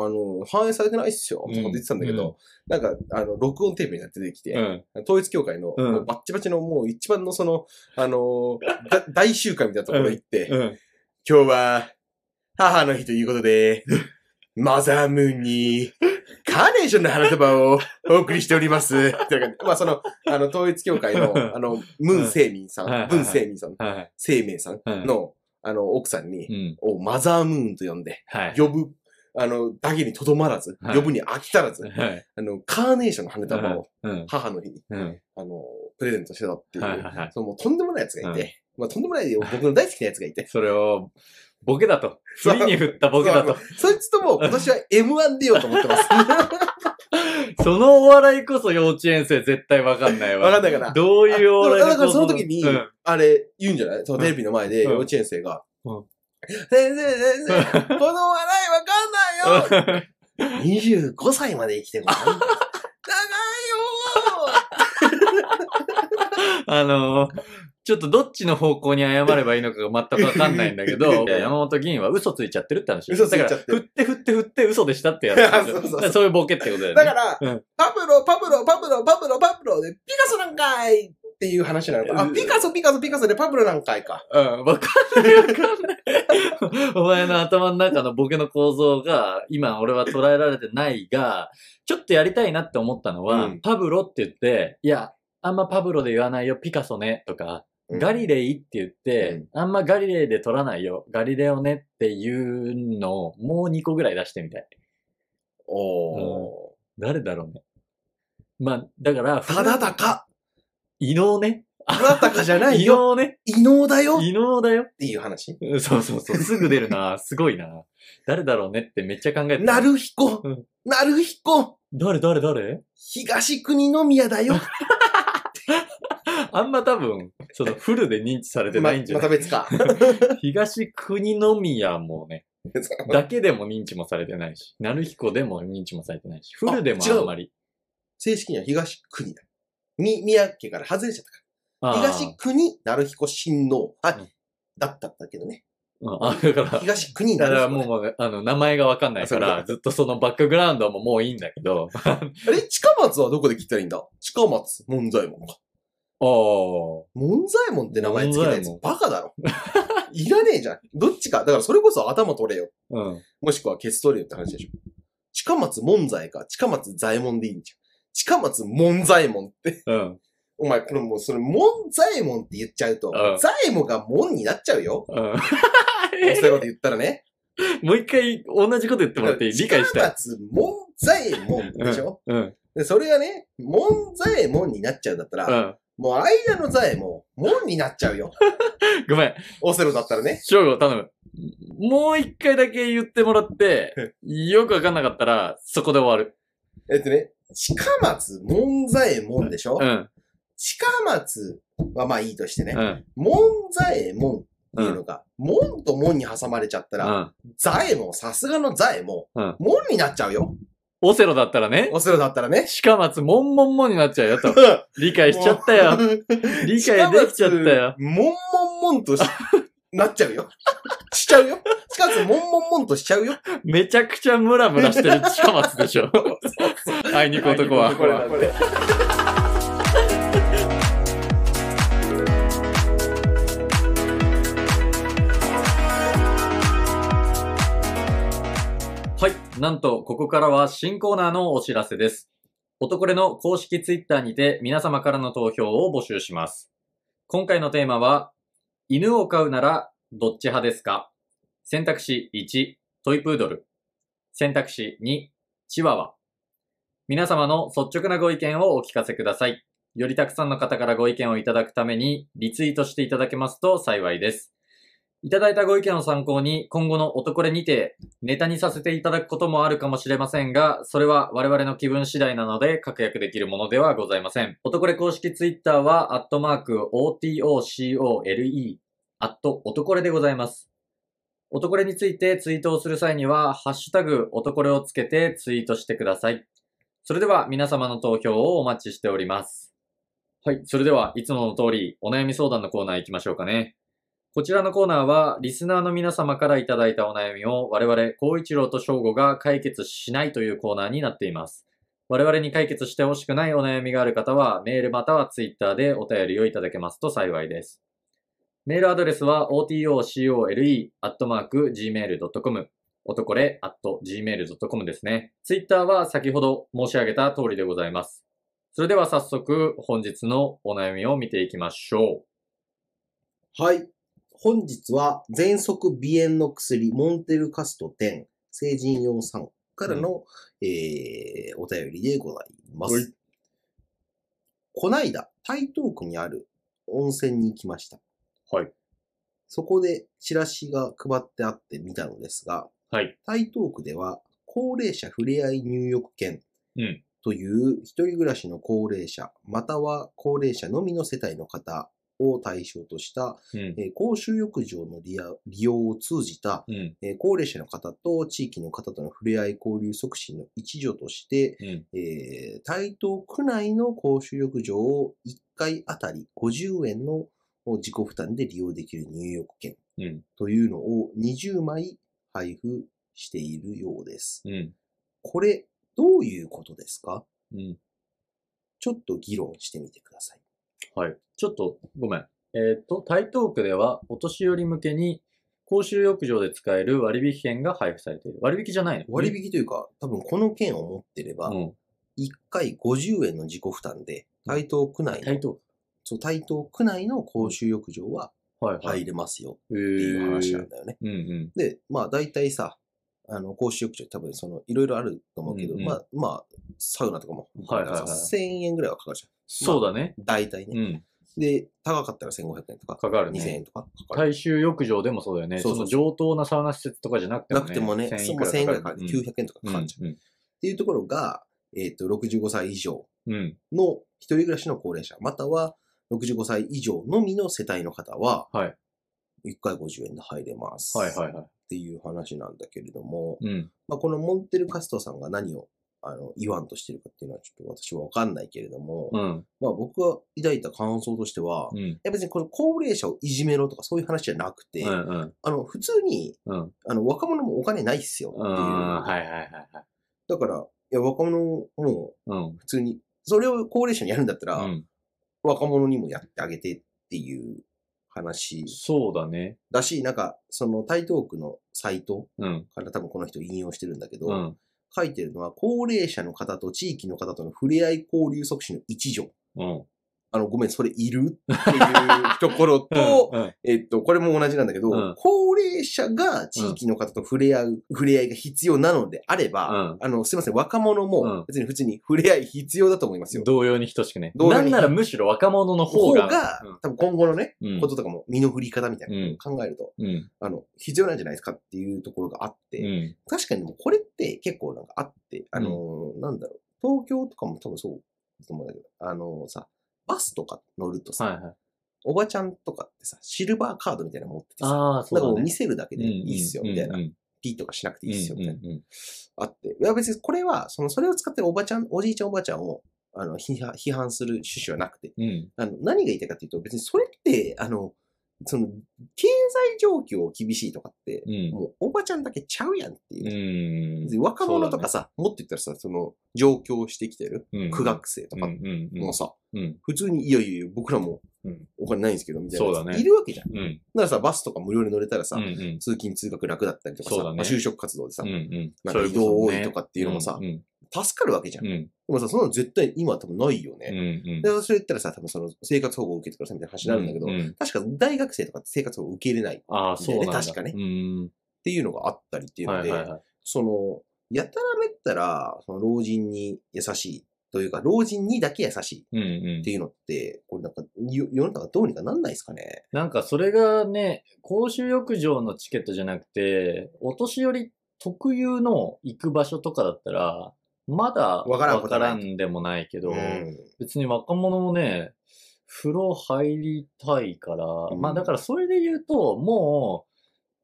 Speaker 2: の、反映されてないっすよ、とかって言ってたんだけど、なんか、あの、録音テープになって出てきて、
Speaker 1: うん。
Speaker 2: 統一教会の、
Speaker 1: うん
Speaker 2: もうバッチバチのもう一番のその、あの <laughs> ーだ大集会みたいなところ行って、
Speaker 1: うん。
Speaker 2: 今日は、母の日ということで、マザームーンに、カーネーションの花束をお送りしております。って感じまあその、あの、統一教会の、あの、ムーン・セイミンさ
Speaker 1: うんはい
Speaker 2: ん、文セイミンさん、
Speaker 1: はい。
Speaker 2: セイメイさんの、あの、奥さん
Speaker 1: う
Speaker 2: に、
Speaker 1: ん。
Speaker 2: をマザームーンと呼んで、
Speaker 1: はい。
Speaker 2: 呼ぶ、あの、だけにとどまらず、
Speaker 1: はい
Speaker 2: 呼ぶに飽き足らず、
Speaker 1: はい。
Speaker 2: あの、カーネーションの花束を
Speaker 1: うん。
Speaker 2: 母の日に、
Speaker 1: うん。
Speaker 2: あの、プレゼントしてたっていう、
Speaker 1: はいはいはい
Speaker 2: そのもうとんでもないやつがいて、まあとんでもないよ僕の大好きなやつ
Speaker 1: <laughs>
Speaker 2: がいて、
Speaker 1: それを、ボケだと。振りに振ったボケだと。
Speaker 2: そいつともう今年は M1 出ようと思っ
Speaker 1: <laughs>
Speaker 2: てます。
Speaker 1: そのお笑いこそ幼稚園生絶対わかんないわ。
Speaker 2: わかんないかな
Speaker 1: どういうお笑い
Speaker 2: だからその時に
Speaker 1: うん、
Speaker 2: あれ、言うんじゃないそのテレビの前で
Speaker 1: うん
Speaker 2: 幼稚園生が、
Speaker 1: うん
Speaker 2: 先生、先生、
Speaker 1: <laughs>
Speaker 2: この笑いわかんないよ !25 歳まで生き
Speaker 1: <laughs>
Speaker 2: てる長いよ
Speaker 1: あのー、ちょっとどっちの方向に謝ればいいのかが全くわかんないんだ
Speaker 2: <laughs>
Speaker 1: けど、山本議員は嘘ついちゃってるって話。
Speaker 2: 嘘ついちゃって
Speaker 1: だ
Speaker 2: る
Speaker 1: から振って振って振って嘘でしたってやつなんですよ。
Speaker 2: <laughs> そうそうそう
Speaker 1: だからそういうボケってことだよね。
Speaker 2: だから、
Speaker 1: うん
Speaker 2: パブロ、パブロ、パブロ、パブロ、パブロで、ピカソなんかいっていう話なのか。あ、ピカソ、ピカソ、ピカソでパブロなんかいか。
Speaker 1: うん、わかんないわかんない。お前の頭の中のボケの構造が、今俺は捉えられてないが、ちょっとやりたいなって思ったのは、
Speaker 2: うん
Speaker 1: パブロって言って、いや、あんまパブロで言わないよ、ピカソね、とか、
Speaker 2: うん
Speaker 1: ガリレイって言って、あんまガリレイで取らないよ。ガリレオねっていうのをもう2個ぐらい出してみたい。
Speaker 2: おー。
Speaker 1: 誰だろうね。まあ、だから、
Speaker 2: ただたか、
Speaker 1: 異能ね。
Speaker 2: ただたかじゃない
Speaker 1: 異
Speaker 2: よ。
Speaker 1: 能ね。
Speaker 2: 異能だよっ
Speaker 1: 異能だよ。
Speaker 2: ていう話。
Speaker 1: うんそうそうそう。すぐ出るな。すごいな。誰だろうねってめっちゃ考えてた
Speaker 2: なるひこ
Speaker 1: うん、
Speaker 2: なるひこ、
Speaker 1: 誰誰誰
Speaker 2: 東国宮だよ。
Speaker 1: あんま多分、そのフルで認知されて
Speaker 2: ま
Speaker 1: ないん <laughs> じゃ
Speaker 2: ま
Speaker 1: な
Speaker 2: た
Speaker 1: い、<laughs>
Speaker 2: 別か。
Speaker 1: 東国宮もね、だけでも認知もされてないし、鳴彦でも認知もされてないし、フルでも
Speaker 2: あ違う
Speaker 1: あんまり。
Speaker 2: 正式には東国だ。み、宮家から外れちゃったか
Speaker 1: あ
Speaker 2: ら。
Speaker 1: あ
Speaker 2: 東国、なるひこ親王。あ
Speaker 1: うん、
Speaker 2: だったんだけどね。
Speaker 1: うんあ、だから、
Speaker 2: 東国
Speaker 1: だ
Speaker 2: な
Speaker 1: か
Speaker 2: る
Speaker 1: ら
Speaker 2: ひこね。
Speaker 1: もう、あの、名前がわかんないから、ずっとそのバックグラウンドももういいんだけど、
Speaker 2: <laughs> あれ近松はどこで聞いたらいいんだ近松、門左衛門か。
Speaker 1: おー、
Speaker 2: 門左衛門って名前つけた
Speaker 1: 門
Speaker 2: や
Speaker 1: 左衛
Speaker 2: つ
Speaker 1: 門、
Speaker 2: バカだろ。 <laughs> いらねえじゃん。どっちか。だからそれこそ頭取れよ。
Speaker 1: うん。
Speaker 2: もしくはケツ取れよって話でしょ。近松門左衛か、近松左衛門でいいんじゃん。近松門左衛門って。
Speaker 1: うん。
Speaker 2: お前、これもう、それ、門左衛門って言っちゃうと
Speaker 1: うん、
Speaker 2: 左衛門が門になっちゃ
Speaker 1: <laughs>
Speaker 2: うよ。
Speaker 1: うん。
Speaker 2: そういうこと言ったらね。
Speaker 1: もう一回同じこと言ってもらっていい理解した
Speaker 2: 近
Speaker 1: い。
Speaker 2: 松門左衛門でしょ、
Speaker 1: うん。
Speaker 2: でそれがね、門左衛門になっちゃうんだったら、
Speaker 1: うん。
Speaker 2: もう間の左衛門、門になっちゃうよ。
Speaker 1: ごめん。
Speaker 2: オセロだったらね。
Speaker 1: 翔吾、頼む。もう一回だけ言ってもらって、よくわかんなかったら、そこで終わる。
Speaker 2: えっとね、近松門左衛門でしょ、
Speaker 1: うん。
Speaker 2: 近松はまあいいとしてね、
Speaker 1: うん。
Speaker 2: 門左衛門っていうのが、門と門に挟まれちゃった
Speaker 1: う
Speaker 2: ら、
Speaker 1: ん。
Speaker 2: 左衛門、さすがの左衛門、
Speaker 1: うん
Speaker 2: 門になっちゃうよ。
Speaker 1: オセロだったらね、
Speaker 2: オセロだったらね。
Speaker 1: 近松もんもんもんになっちゃうよと。理解しちゃったよ。理解できちゃったよ。
Speaker 2: もんもんも
Speaker 1: <laughs>
Speaker 2: んとし、なっちゃうよ。しちゃうよ。しかも、もんもんもんとしちゃうよ。
Speaker 1: めちゃくちゃムラムラしてる近松でし <laughs> ょ。あいにく男は。
Speaker 2: これだこれ。
Speaker 1: はい。なんと、ここからは新コーナーのお知らせです。男れの公式ツイッターにて皆様からの投票を募集します。今回のテーマは、犬を飼うならどっち派ですか選択肢1、トイプードル。選択肢2、チワワ。皆様の率直なご意見をお聞かせください。よりたくさんの方からご意見をいただくために、リツイートしていただけますと幸いです。いただいたご意見を参考に、今後の男れにて、ネタにさせていただくこともあるかもしれませんが、それは我々の気分次第なので、確約できるものではございません。男れ公式ツイッターは、アットマーク、OTOCOLE、アット、男れでございます。男れについてツイートをする際には、ハッシュタグ、男れをつけてツイートしてください。それでは、皆様の投票をお待ちしております。はい。それでは、いつもの通り、お悩み相談のコーナー行きましょうかね。こちらのコーナーは、リスナーの皆様からいただいたお悩みを、我々、高一郎と翔吾が解決しないというコーナーになっています。我々に解決してほしくないお悩みがある方は、メールまたはツイッターでお便りをいただけますと幸いです。メールアドレスは、otocole.gmail.com、男れ .gmail.com ですね。ツイッターは先ほど申し上げた通りでございます。それでは早速、本日のお悩みを見ていきましょう。
Speaker 2: はい。本日は、喘息鼻炎の薬、モンテルカスト10、成人用酸からの、えー、お便りでございます。
Speaker 1: はい
Speaker 2: こないだ、台東区にある温泉に行きました。
Speaker 1: はい。
Speaker 2: そこで、チラシが配ってあって見たのですが、
Speaker 1: はい。
Speaker 2: 台東区では、高齢者ふれあい入浴券
Speaker 1: うん
Speaker 2: という、一人暮らしの高齢者、または高齢者のみの世帯の方を対象とした、
Speaker 1: うん。
Speaker 2: えー公衆浴場の利用利用を通じた、
Speaker 1: うん。
Speaker 2: えー高齢者の方と地域の方との触れ合い交流促進の一助として、
Speaker 1: うん。
Speaker 2: えー台東区内の公衆浴場を1回あたり50円の自己負担で利用できる入浴券
Speaker 1: うん。
Speaker 2: というのを20枚配布しているようです。
Speaker 1: うん。
Speaker 2: これ、どういうことですか
Speaker 1: うん。
Speaker 2: ちょっと議論してみてください。
Speaker 1: はい。ちょっと、ごめん。えっ、と、台東区では、お年寄り向けに、公衆浴場で使える割引券が配布されている。割引じゃないの
Speaker 2: 割引というか、多分この券を持ってれば、
Speaker 1: うん。
Speaker 2: 1回50円の自己負担で、台東区内
Speaker 1: 台東
Speaker 2: の
Speaker 1: 区。
Speaker 2: そう、台東区内の公衆浴場は
Speaker 1: はいはい。
Speaker 2: 入れますよ
Speaker 1: て
Speaker 2: って
Speaker 1: い
Speaker 2: いう話なんだよね。
Speaker 1: うんうん。
Speaker 2: で、まあ大体さ、あの、公衆浴場多分その、いろいろあると思うけど、
Speaker 1: うんうん
Speaker 2: まあ、まあ、サウナとかも、
Speaker 1: はいはいはい
Speaker 2: 1000円ぐらいはかかるじゃん。
Speaker 1: そうだね。
Speaker 2: 大体ね。
Speaker 1: うん。
Speaker 2: で、高かったら1500円とか、
Speaker 1: かかる
Speaker 2: 2000
Speaker 1: ね。
Speaker 2: 円とかかかる。
Speaker 1: 大衆浴場でもそうだよね。
Speaker 2: そう
Speaker 1: そ
Speaker 2: そう
Speaker 1: の上等なサウナ施設とかじゃなくても
Speaker 2: な
Speaker 1: ね。
Speaker 2: くてもね、
Speaker 1: 1000
Speaker 2: そ
Speaker 1: 円
Speaker 2: う
Speaker 1: くら
Speaker 2: 1000円ぐらいかか
Speaker 1: か
Speaker 2: る。
Speaker 1: る。
Speaker 2: 900円とかかかるじゃん。っ
Speaker 1: うんうん
Speaker 2: ていうところが、えっと、65歳以上
Speaker 1: うん。
Speaker 2: の一人暮らしの高齢者、または65歳以上のみの世帯の方は、
Speaker 1: はい
Speaker 2: 1回50円で入れます。
Speaker 1: はいはい
Speaker 2: っ
Speaker 1: は
Speaker 2: ていう話なんだけれども、
Speaker 1: い。うん。
Speaker 2: まあ、このモンテルカストさんが何をあの言わんとしてるかっていうのはちょっと私はわかんないけれども、
Speaker 1: うん。
Speaker 2: まあ僕が抱いた感想としては、い
Speaker 1: うん。
Speaker 2: や別にこの高齢者をいじめろとかそういう話じゃなくて、
Speaker 1: うんうん。
Speaker 2: あの普通に
Speaker 1: うん。
Speaker 2: あの若者もお金ないっすよっていう。
Speaker 1: あーはいはいはいはい。
Speaker 2: だから、いや若者も
Speaker 1: うん。
Speaker 2: 普通に、それを高齢者にやるんだったら、
Speaker 1: うん。
Speaker 2: 若者にもやってあげてっていう話
Speaker 1: そうだね。
Speaker 2: だし、なんか、その台東区のサイト
Speaker 1: うん。
Speaker 2: から多分この人引用してるんだけど、
Speaker 1: うん。
Speaker 2: 書いてるのは、高齢者の方と地域の方との触れ合い交流促進の一条。
Speaker 1: うん。、
Speaker 2: あの、ごめん、それいるっていうところ
Speaker 1: <laughs>
Speaker 2: と
Speaker 1: うん、
Speaker 2: えっと、これも同じなんだけど、
Speaker 1: うん
Speaker 2: 高齢者が地域の方と触れ合う、触れ合いが必要なのであれば、
Speaker 1: うん
Speaker 2: あの、すいません、若者
Speaker 1: うん
Speaker 2: も別に普通に触れ合い必要だと思いますよ。
Speaker 1: 同様に等しくね。
Speaker 2: 同
Speaker 1: な
Speaker 2: 様に
Speaker 1: んならむしろ若者の方
Speaker 2: 方
Speaker 1: が。
Speaker 2: が、多分今後のね、
Speaker 1: うん。うん
Speaker 2: こととかも身の振り方みたいな
Speaker 1: うん。
Speaker 2: 考えると、
Speaker 1: うん。
Speaker 2: あの、必要なんじゃないですかっていうところがあって、
Speaker 1: うん。
Speaker 2: 確かにでもこれって結構なんかあって、あのーなんだろう、東京とかも多分そうだと思うんだけど、あのーさ、バスとか乗るとさ、
Speaker 1: はいはい。
Speaker 2: おばちゃんとかってさ、シルバーカードみたいなの持っててさ、
Speaker 1: ああ、そ
Speaker 2: なんか
Speaker 1: う
Speaker 2: もう
Speaker 1: だ
Speaker 2: 見
Speaker 1: ね。
Speaker 2: せるだけでいいっすよ、みたいな。
Speaker 1: うんうん
Speaker 2: ピーとかしなくて
Speaker 1: うん。
Speaker 2: いいっすよ、みたいな。
Speaker 1: うんうんうん
Speaker 2: あって。いや別にこれは、その、それを使ってるおばちゃん、おじいちゃんおばあちゃんを、あの、批判批判する趣旨はなくて、
Speaker 1: うん。
Speaker 2: あの、何が言いたいかっていうと、別にそれって、あの、その、経済状況厳しいとかって、
Speaker 1: うん。
Speaker 2: もうおばちゃんだけちゃうやんっていう。
Speaker 1: うん。
Speaker 2: で若者とかさ、もっと言ったらさ、その、上京してきてる
Speaker 1: うん、
Speaker 2: 苦学生と
Speaker 1: うんう
Speaker 2: か
Speaker 1: んうん
Speaker 2: もさ、
Speaker 1: うん。
Speaker 2: 普通に、いやいやいや、僕らも
Speaker 1: うん
Speaker 2: お金ないんですけど、みたいなやつ。
Speaker 1: そうだね
Speaker 2: いるわけじゃん。だ
Speaker 1: うん。
Speaker 2: からさ、バスとか無料で乗れたらさ、
Speaker 1: うんうん。
Speaker 2: 通勤通学楽だったりとかさ、
Speaker 1: そうだね
Speaker 2: まあ就職活動でさ、
Speaker 1: うんうん。
Speaker 2: なんか移動多いとかっていうのもさ
Speaker 1: うん
Speaker 2: 助かるわけじゃん。
Speaker 1: う
Speaker 2: で
Speaker 1: ん。
Speaker 2: もさ、そんなの絶対今は多分ないよ
Speaker 1: うん
Speaker 2: ね。
Speaker 1: うん。
Speaker 2: で、それ言ったらさ、多分その生活保護を受けてくださいみたいな話になるんだけど、
Speaker 1: うう
Speaker 2: 確か大学生とかって生活保護を受け入れないっ
Speaker 1: ああ、そうなんだ。
Speaker 2: で確かね
Speaker 1: うん。
Speaker 2: ていうのがあったりっていうの
Speaker 1: はい
Speaker 2: で、
Speaker 1: はいはい。
Speaker 2: その、やたらめったら、その老人に優しいというか、老人にだけ優しいっ
Speaker 1: うんうん
Speaker 2: て。いうのって、これなんか、よ世の中どうにかなんないですかね。
Speaker 1: なんかそれがね、公衆浴場のチケットじゃなくて、お年寄り特有の行く場所とかだったら、まだ
Speaker 2: わからん
Speaker 1: わ
Speaker 2: こと
Speaker 1: か
Speaker 2: はない
Speaker 1: らんでもないけど、
Speaker 2: うん
Speaker 1: 別に若者もね、風呂入りたいから、
Speaker 2: ん
Speaker 1: まあだからそれで言うと、も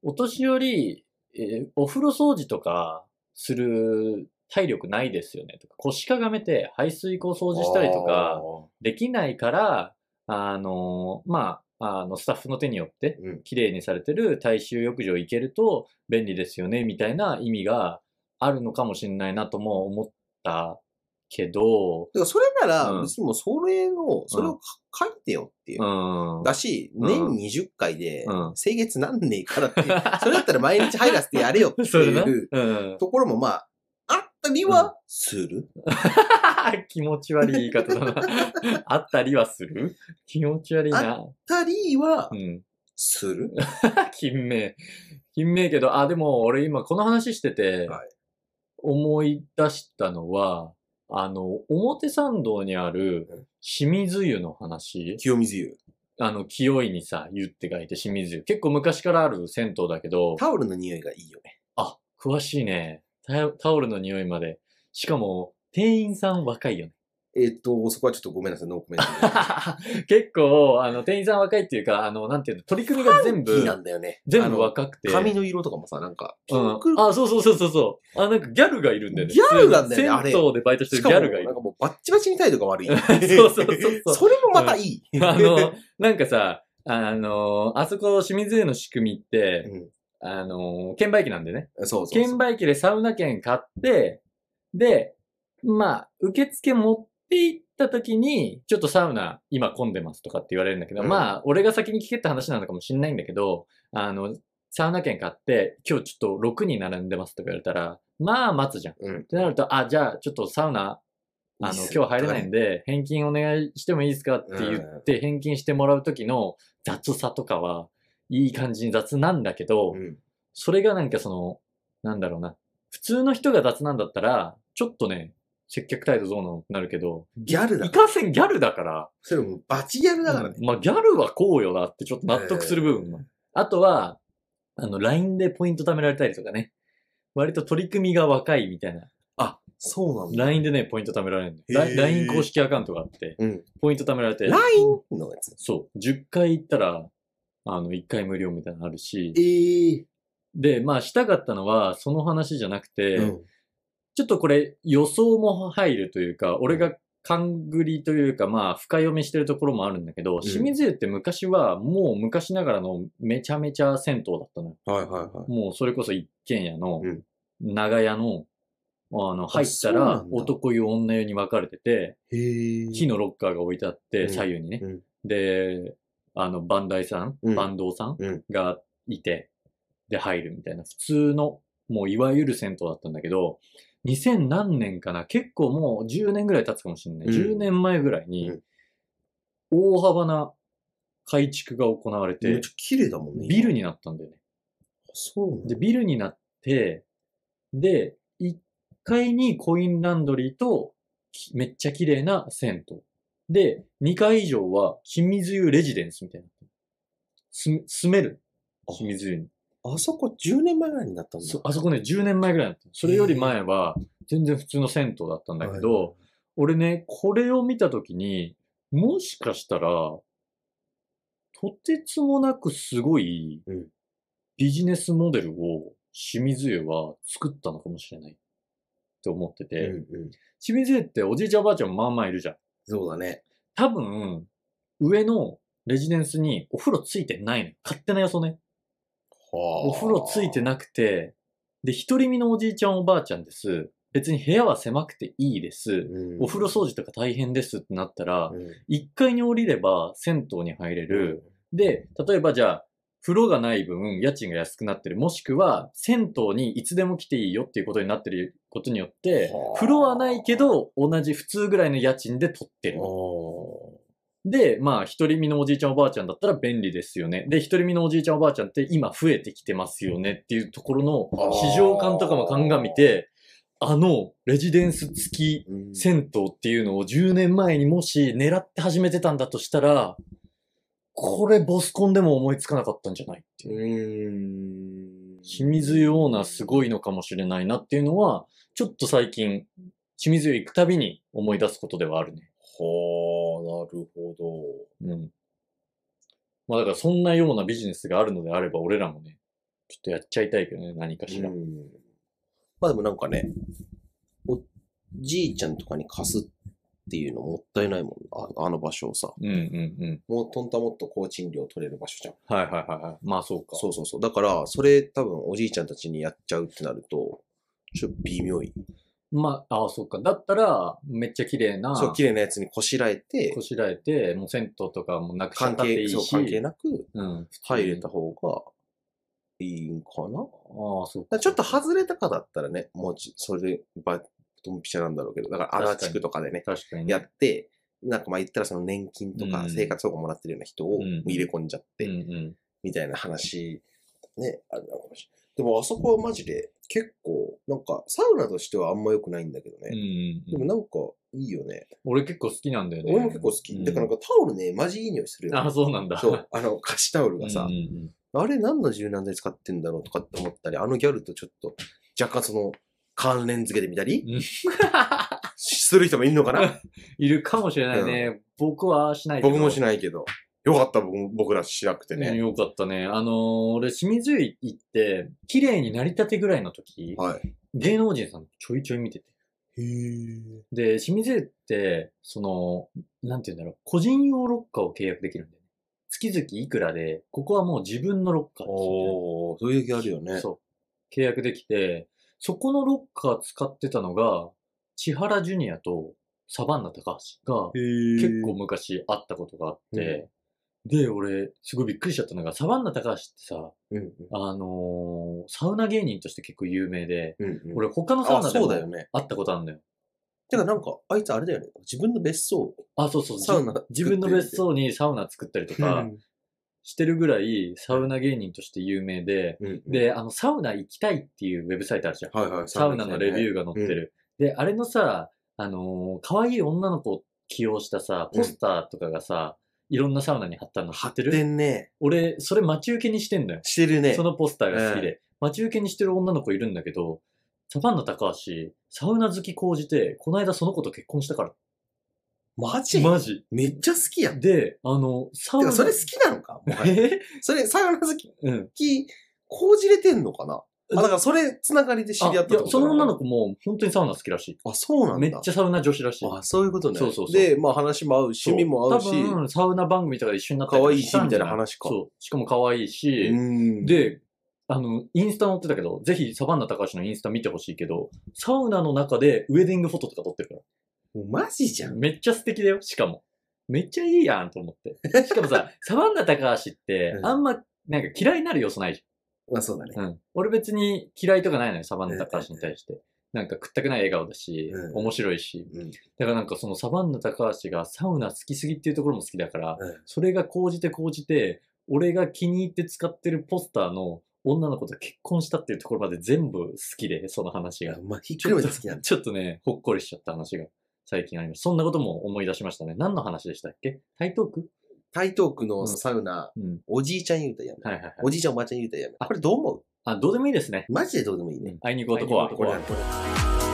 Speaker 1: う、お年寄り、えーお風呂掃除とかする体力ないですよねとか、腰かがめて排水口掃除したりとか、、できないから、あのーまあ、あの、スタッフの手によって、
Speaker 2: うん
Speaker 1: 綺麗にされてる大衆浴場行けると便利ですよね、みたいな意味があるのかもしれないなとも思ったけど、
Speaker 2: だからそれな
Speaker 1: うん
Speaker 2: ら、別にもうそれの、それを書いてよっていう
Speaker 1: う。ん。 <laughs>
Speaker 2: だし、
Speaker 1: うん
Speaker 2: 年20回で
Speaker 1: うん、
Speaker 2: 清潔なんねえからって、 <laughs> それだったら毎日入らせてやれよっ
Speaker 1: <laughs>
Speaker 2: て
Speaker 1: そうだな。
Speaker 2: いう
Speaker 1: うん。 <laughs>
Speaker 2: ところもまあ、あったりはする。
Speaker 1: 気持ち悪い言い方
Speaker 2: <laughs>
Speaker 1: だな。あったりはする気持ち悪いな。
Speaker 2: たりは
Speaker 1: うん。
Speaker 2: する。
Speaker 1: <laughs> 金明。金明けど、あ、でも俺今この話してて
Speaker 2: はい、
Speaker 1: 思い出したのは、あの、表参道にある清水湯の話。
Speaker 2: 清水湯。
Speaker 1: あの、清いにさ、湯って書いて清水湯。結構昔からある銭湯だけど、
Speaker 2: タオルの匂いがいいよね。
Speaker 1: あ、詳しいね。タタオルの匂いまで。しかも、店員さん若い
Speaker 2: <laughs>
Speaker 1: よね。
Speaker 2: えっと、そこはちょっとごめんなさい、ノーコメントで。
Speaker 1: 結構、あの、店員さん若いっていうか、あの、なんていうの、取り組みが全
Speaker 2: いいな
Speaker 1: 部、
Speaker 2: んだよね。
Speaker 1: 全部若くて。
Speaker 2: あの髪の色とかもさ、なんか、ピ
Speaker 1: う
Speaker 2: ン
Speaker 1: ん
Speaker 2: ク。、
Speaker 1: あ、そうそうそうそうそう。あ、なんかギャルがいるんだよね。
Speaker 2: ギャルなんだよね
Speaker 1: 普通に銭湯でバイトしてる
Speaker 2: しか
Speaker 1: ギャ
Speaker 2: も、な
Speaker 1: ルがい
Speaker 2: ん
Speaker 1: る。
Speaker 2: かもうバッチバチに態度が悪い。そ
Speaker 1: <laughs>
Speaker 2: う
Speaker 1: そうそうそう
Speaker 2: それもまたいい。
Speaker 1: あの、なんかさ、あの、あそこ清水湯の仕組みって、
Speaker 2: うん
Speaker 1: あの、券売機なんでね。
Speaker 2: そうそうそ
Speaker 1: 券
Speaker 2: う。
Speaker 1: 売機でサウナ券買って、で、まあ、受付持って行った時に、ちょっとサウナ今混んでますとかって言われるんだけど、
Speaker 2: うん
Speaker 1: まあ、俺が先に聞けって話なのかもしんないんだけど、あの、サウナ券買って、今日ちょっと6人並んでますとか言われたら、まあ待つじゃん。
Speaker 2: う
Speaker 1: っ
Speaker 2: ん
Speaker 1: てなると、あ、じゃあちょっとサウナあの、
Speaker 2: いいっすね
Speaker 1: 今日入れないんで、返金お願いしてもいいですかって言って、返金してもらう時の雑さとかは、いい感じに雑なんだけど、
Speaker 2: うん。
Speaker 1: それがなんかその、なんだろうな。普通の人が雑なんだったら、ちょっとね、接客態度どうなのってなるけど、
Speaker 2: ギャルだ
Speaker 1: い。かんせんギャルだから、
Speaker 2: それもうバチギャルだからね。
Speaker 1: まあギャルはこうよなってちょっと納得する部分も。あとは、あの、LINE でポイント貯められたりとかね。割と取り組みが若いみたいな。
Speaker 2: そうなんだ。
Speaker 1: LINE でね、ポイント貯められるん
Speaker 2: へ
Speaker 1: だ
Speaker 2: ー
Speaker 1: よ。ライン LINE 公式アカウントがあって、
Speaker 2: うん
Speaker 1: ポイント貯められて。
Speaker 2: LINE のやつ。
Speaker 1: そう。10回行ったら、あの、1回無料みたいなのあるし。
Speaker 2: ええ
Speaker 1: で、まあ、したかったのは、その話じゃなくて、
Speaker 2: うん。
Speaker 1: ちょっとこれ予想も入るというか、俺が勘繰りというか、まあ、深読みしてるところもあるんだけど、清水湯って昔はもう昔ながらのめちゃめちゃ銭湯だったのよ。
Speaker 2: はいはいはい。
Speaker 1: もうそれこそ一軒家の
Speaker 2: うん、
Speaker 1: 長屋の、あの、入った
Speaker 2: そうな
Speaker 1: ら
Speaker 2: んだ
Speaker 1: 男湯女湯に分かれてて、
Speaker 2: へえ。
Speaker 1: 木のロッカーが置いてあっ
Speaker 2: う
Speaker 1: て、
Speaker 2: ん
Speaker 1: 左右にね
Speaker 2: うん。
Speaker 1: で、あの、バンダイさん、
Speaker 2: うん
Speaker 1: バンドウさん
Speaker 2: うん
Speaker 1: がいて、で、入るみたいな、普通の、もういわゆる銭湯だったんだけど、2000何年かな、結構もう10年ぐらい経つかもしれない。
Speaker 2: うん
Speaker 1: 10年前ぐらいに
Speaker 2: うん、
Speaker 1: 大幅な改築が行われ
Speaker 2: めってちゃ、綺麗だもんね。
Speaker 1: ビルになったんだよね。
Speaker 2: そうなんだ。
Speaker 1: で、ビルになって、で、1階にコインランドリーと、きめっちゃ綺麗な銭湯。で、2階以上は、清水湯レジデンスみたいな。す、住める。
Speaker 2: あ
Speaker 1: 清水湯に。
Speaker 2: あそこ10年前ぐらいになったんだ。
Speaker 1: そあそこね、10年前ぐらいだった。それより前は、全然普通の銭湯だったんだけど、俺ね、これを見たときに、もしかしたら、とてつもなくすごい
Speaker 2: うん
Speaker 1: ビジネスモデルを清水湯は作ったのかもしれないって思って
Speaker 2: はい、
Speaker 1: て、
Speaker 2: うんうん。
Speaker 1: 清水湯っておじいちゃんおばあちゃんもまあまあいるじゃん。
Speaker 2: そうだね。
Speaker 1: 多分、上のレジデンスにお風呂ついてないの。勝手な予想ね。お
Speaker 2: お
Speaker 1: 風呂ついてなくて、で、一人身のおじいちゃんおばあちゃんです。別に部屋は狭くていいです。お風呂掃除とか大変ですってなったら、
Speaker 2: うん
Speaker 1: 1階に降りれば銭湯に入れる。で、例えばじゃあ、風呂がない分、家賃が安くなってる。もしくは、銭湯にいつでも来ていいよっていうことになってることによって
Speaker 2: はあ、
Speaker 1: 風呂はないけど、同じ普通ぐらいの家賃で取ってる。
Speaker 2: お
Speaker 1: で、まあ、一人身のおじいちゃんおばあちゃんだったら便利ですよね。で、一人身のおじいちゃんおばあちゃんって今増えてきてますよねっていうところ
Speaker 2: あ
Speaker 1: の
Speaker 2: ー
Speaker 1: 市場感とかも鑑みて、あの、レジデンス付き
Speaker 2: ーうん
Speaker 1: 銭湯っていうのを10年前にもし狙って始めてたんだとしたら、これボスコンでも思いつかなかったんじゃないっていう。
Speaker 2: うーん。
Speaker 1: 清水湯オーナーすごいのかもしれないなっていうのは、ちょっと最近、清水湯行くたびに思い出すことではあるね。
Speaker 2: はあ、なるほど。
Speaker 1: うん。まあだからそんなようなビジネスがあるのであれば、俺らもね、ちょっとやっちゃいたいけどね、何かしら。
Speaker 2: うんまあでもなんかね、おじいちゃんとかに貸すっていうのもったいないもんああの場所をさ。
Speaker 1: うんうんうん。
Speaker 2: もうとんたもっと高賃料取れる場所じゃん。
Speaker 1: はいはいはいはい。まあそうか。
Speaker 2: そうそうそう。だから、それ多分おじいちゃんたちにやっちゃうってなると、ちょっと微妙い。
Speaker 1: まあ、ああ、そうか。だったら、めっちゃ綺麗な。
Speaker 2: そう、綺麗なやつにこしらえて
Speaker 1: こ、しらえて、もう銭湯とかもなくしちゃ
Speaker 2: 関
Speaker 1: ったってい
Speaker 2: 係、
Speaker 1: いし。
Speaker 2: そう、関係なく
Speaker 1: うん。
Speaker 2: 入れた方がいいんかな。
Speaker 1: ああ、そう
Speaker 2: だか
Speaker 1: か。
Speaker 2: らちょっと外れたかだったらね、もうち、それで、ば、ドンピシャなんだろうけど、だから、
Speaker 1: 確かに
Speaker 2: 足立区とかでね、
Speaker 1: 確かにね。
Speaker 2: やって、なんかまあ言ったらその年金とか
Speaker 1: うん
Speaker 2: 生活保護もらってるような人を
Speaker 1: うん
Speaker 2: 入れ込んじゃっ
Speaker 1: うん
Speaker 2: て、
Speaker 1: うん。
Speaker 2: みたいな話、ね、あるのかもしれない。でもあそこはマジで結構、なんかサウナとしてはあんま良くないんだけど
Speaker 1: うん
Speaker 2: ね。
Speaker 1: うん
Speaker 2: で
Speaker 1: う
Speaker 2: も
Speaker 1: ん、
Speaker 2: なんかいいよね。
Speaker 1: 俺結構好きなんだよね。
Speaker 2: 俺も結構好き。だからなんかタオルね、マジいい匂いする
Speaker 1: うん、ああ、
Speaker 2: よ。
Speaker 1: そうなんだ。
Speaker 2: そう、あの、貸しタオルがさ
Speaker 1: うん、うん
Speaker 2: あれ何の柔軟剤使ってんだろうとかって思ったり、あのギャルとちょっと若干その関連付けてみたり
Speaker 1: うん
Speaker 2: する人もいるの
Speaker 1: <laughs>
Speaker 2: かな
Speaker 1: いるかもしれないね。僕はしないけど。
Speaker 2: 僕もし
Speaker 1: な
Speaker 2: ないけど。よかった、僕も僕らしなくて
Speaker 1: ね。
Speaker 2: ね。
Speaker 1: よかったね。あのー俺、清水湯行って、綺麗になりたてぐらいの時、
Speaker 2: はい。
Speaker 1: 芸能人さんちょいちょい見てて。
Speaker 2: へー
Speaker 1: で、清水湯って、その、なんて言うんだろう、個人用ロッカーを契約できるんだよね。月々いくらで、ここはもう自分のロッカーですみたいな。
Speaker 2: おー、そういうギャルよね。
Speaker 1: そう。契約できて、そこのロッカー使ってたのが、千原ジュニアとサバンナ高橋が結
Speaker 2: 結
Speaker 1: 構昔会ったことがあって、で、俺、すごいびっくりしちゃったのが、サバンナ高橋ってさ、
Speaker 2: うん
Speaker 1: あのーサウナ芸人として結構有名で、
Speaker 2: うんうん、
Speaker 1: 俺他のサウ
Speaker 2: あ、
Speaker 1: ナで
Speaker 2: そう
Speaker 1: も
Speaker 2: だよ
Speaker 1: 会
Speaker 2: ね。
Speaker 1: ったことあるんだよ。
Speaker 2: てかなんか、あいつあれだよね。自分の別荘、
Speaker 1: あ、そうそう。
Speaker 2: サウナ
Speaker 1: 自分の別荘にサウナ作ったりと
Speaker 2: 作っ
Speaker 1: か
Speaker 2: てるって
Speaker 1: してるぐらい、サウナ芸人として有名で、
Speaker 2: うんうん、
Speaker 1: で、あの、サウナ行きたいっていうウェブサイトあるじゃん。
Speaker 2: はいはい、
Speaker 1: サウナのレビュ
Speaker 2: ー。
Speaker 1: ーが載ってる。で、あれのさ、あのー可愛い女の子を起用したさ、ポスターとかがさ、いろんなサウナに貼ったの知
Speaker 2: 貼っ
Speaker 1: って
Speaker 2: て
Speaker 1: る
Speaker 2: んね。
Speaker 1: 俺、それ待ち受けにしてんだよ。
Speaker 2: してるね。
Speaker 1: そのポスターが好きで。待ち受けにしてる女の子いるんだけど、サバンナ高橋、サウナ好き講じて、この間その子と結婚したから。
Speaker 2: マジ
Speaker 1: マジ。
Speaker 2: めっちゃ好きやん。て
Speaker 1: で、あの、サウナ。
Speaker 2: か、それ好きなのかも
Speaker 1: <laughs>
Speaker 2: はや。
Speaker 1: え
Speaker 2: それ、サウナ好き、
Speaker 1: うん。
Speaker 2: こじれてんのかなあ、だからそれ、つながりで知り合ったって
Speaker 1: あいや
Speaker 2: こと
Speaker 1: その女
Speaker 2: の
Speaker 1: の子も本当にサウナ好きらしい。
Speaker 2: あ、そうなんだ。
Speaker 1: めっちゃサウナ女子らしい。
Speaker 2: あ、そういうことね。
Speaker 1: そうそうそう
Speaker 2: で、まあ話も合うし、趣味も合うし。
Speaker 1: 多分、サウナ番組とかで一緒になったりと
Speaker 2: 可愛い
Speaker 1: し
Speaker 2: した
Speaker 1: んじゃ
Speaker 2: みたいな話か
Speaker 1: そう。しかも可愛いし、
Speaker 2: うん、
Speaker 1: で、あの、インスタ載ってたけど、ぜひサバンナ高橋のインスタ見てほしいけど、サウナの中でウェディングフォトとか撮ってるか
Speaker 2: もうマジじゃ
Speaker 1: ら。
Speaker 2: ん。
Speaker 1: めっちゃ素敵だよ、しかも。めっちゃいいやんと思って。しかも
Speaker 2: <laughs>
Speaker 1: さ、サバンナ高橋って、
Speaker 2: うん
Speaker 1: あんま、なんか嫌いになる要素ないじ
Speaker 2: まあそうだね。
Speaker 1: ゃん。うん。俺別に嫌いとかないのよ、サバンナ高橋に対して。なんか屈託ない笑顔だし、
Speaker 2: うん
Speaker 1: 面白いし、
Speaker 2: うん。
Speaker 1: だからなんかそのサバンナ高橋がサウナ好きすぎっていうところも好きだから、
Speaker 2: うん
Speaker 1: それが高じて高じて、俺が気に入って使ってるポスターの女の子と結婚したっていうところまで全部好きで、その話
Speaker 2: い
Speaker 1: が
Speaker 2: や。、まあ、ひっくり返って好きなん
Speaker 1: <laughs>
Speaker 2: だ。
Speaker 1: ちょっとね、ほっこりしちゃった話が最近ありました。そんなことも思い出しましたね。何の話でしたっけ台東区
Speaker 2: 台東区
Speaker 1: う
Speaker 2: の
Speaker 1: ん
Speaker 2: サウナ、
Speaker 1: うん。
Speaker 2: おじいちゃん言うたらやめ。
Speaker 1: はいはいはい。
Speaker 2: おじいちゃんおばあちゃん言うたらやめ。これどう思
Speaker 1: あ、どうでもいいですね。
Speaker 2: うマジでどうでもいいね。
Speaker 1: 会いに行こうとこは。
Speaker 2: これこれ